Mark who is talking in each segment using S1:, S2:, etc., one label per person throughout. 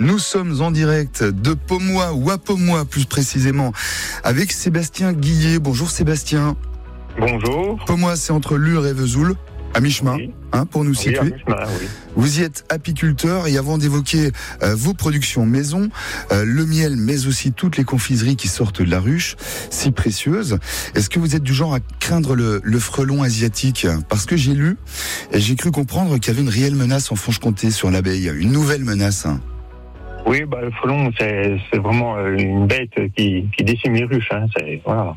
S1: Nous sommes en direct de Pomois ou à Pomois plus précisément avec Sébastien Guillet. Bonjour Sébastien.
S2: Bonjour.
S1: Pomois c'est entre Lure et Vesoul, à mi-chemin,
S2: Oui.
S1: hein, pour nous
S2: Oui,
S1: situer.
S2: à mi-chemin, oui.
S1: Vous y êtes apiculteur et avant d'évoquer euh, vos productions maison, euh, le miel, mais aussi toutes les confiseries qui sortent de la ruche, si précieuses, est-ce que vous êtes du genre à craindre le, le frelon asiatique Parce que j'ai lu et j'ai cru comprendre qu'il y avait une réelle menace en Franche-Comté sur l'abeille, une nouvelle menace. hein.
S2: Oui, bah, le frelon, c'est c'est vraiment euh, une bête qui, qui décime les ruches. Hein, c'est- voilà.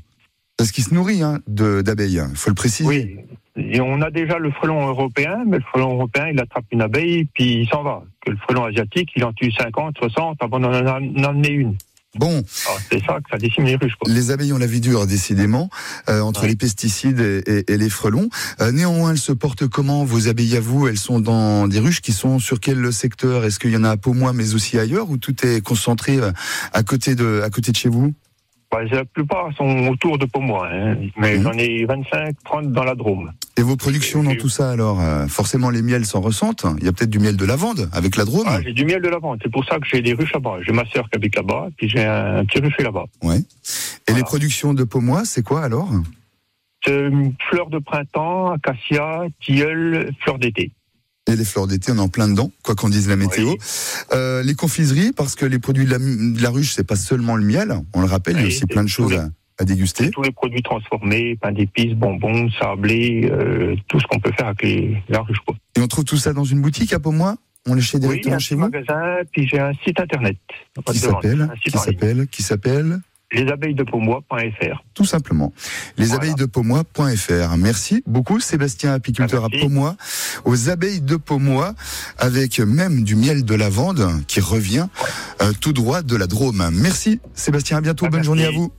S1: Parce qu'il se nourrit hein, de- d'abeilles, il faut le préciser.
S2: Oui. Et on a déjà le frelon européen, mais le frelon européen, il attrape une abeille, puis il s'en va. Que le frelon asiatique, il en tue 50, 60, avant d'en en amener une.
S1: Bon,
S2: Alors, C'est ça que ça décime les ruches. Quoi.
S1: les abeilles ont la vie dure, décidément, euh, entre
S2: Ouais.
S1: les pesticides et, et- et les frelons. Euh, néanmoins, elles se portent comment, vos abeilles à vous Elles sont dans des ruches qui sont sur quel secteur Est-ce qu'il y en a à Pomois, mais aussi ailleurs, ou tout est concentré euh, à côté de, à côté de chez vous
S2: Bah, la plupart sont autour de Pomois, hein, mais
S1: Mhm.
S2: j'en ai 25, 30 dans la Drôme.
S1: Et vos productions dans
S2: Et-
S1: tout ça, alors euh, Forcément, les miels s'en ressentent. Il y a peut-être du miel de lavande avec la Drôme.
S2: Ah, j'ai du miel de lavande, c'est pour ça que j'ai des ruches là-bas. J'ai ma sœur qui habite là-bas, puis j'ai un petit rucher là-bas.
S1: Et les
S2: voilà.
S1: productions de Pomois, c'est quoi alors
S2: Euh, fleurs de printemps, acacia, tilleul, fleurs d'été.
S1: et les fleurs d'été, on est en plein dedans, quoi qu'on dise la météo.
S2: Oui.
S1: Euh, les confiseries, parce que les produits de la, de la ruche, c'est pas seulement le miel, on le rappelle, il y a
S2: Oui,
S1: aussi
S2: c'est
S1: plein de choses
S2: tous les-
S1: à, à déguster.
S2: Tous les produits transformés, pain d'épices, bonbons, sablés, euh, tout ce qu'on peut faire avec les, la ruche. Quoi.
S1: Et on trouve tout ça dans une boutique à Pomois On l'achète
S2: Oui,
S1: directement
S2: un
S1: chez
S2: petit
S1: vous
S2: magasin, puis j'ai un site internet.
S1: Qui
S2: de vente,
S1: s'appelle
S2: un site
S1: Qui
S2: en ligne.
S1: s'appelle Qui s'appelle
S2: Lesabeillesdepomois.fr.
S1: tout simplement. Les
S2: Voilà.
S1: abeilles de Pomois.fr. Merci beaucoup Sébastien, apiculteur
S2: Ah, merci.
S1: à Pomois, aux abeilles de Pomois, avec même du miel de lavande qui revient euh, tout droit de la Drôme. Merci Sébastien, à bientôt,
S2: Ah,
S1: bonne
S2: merci.
S1: journée à vous.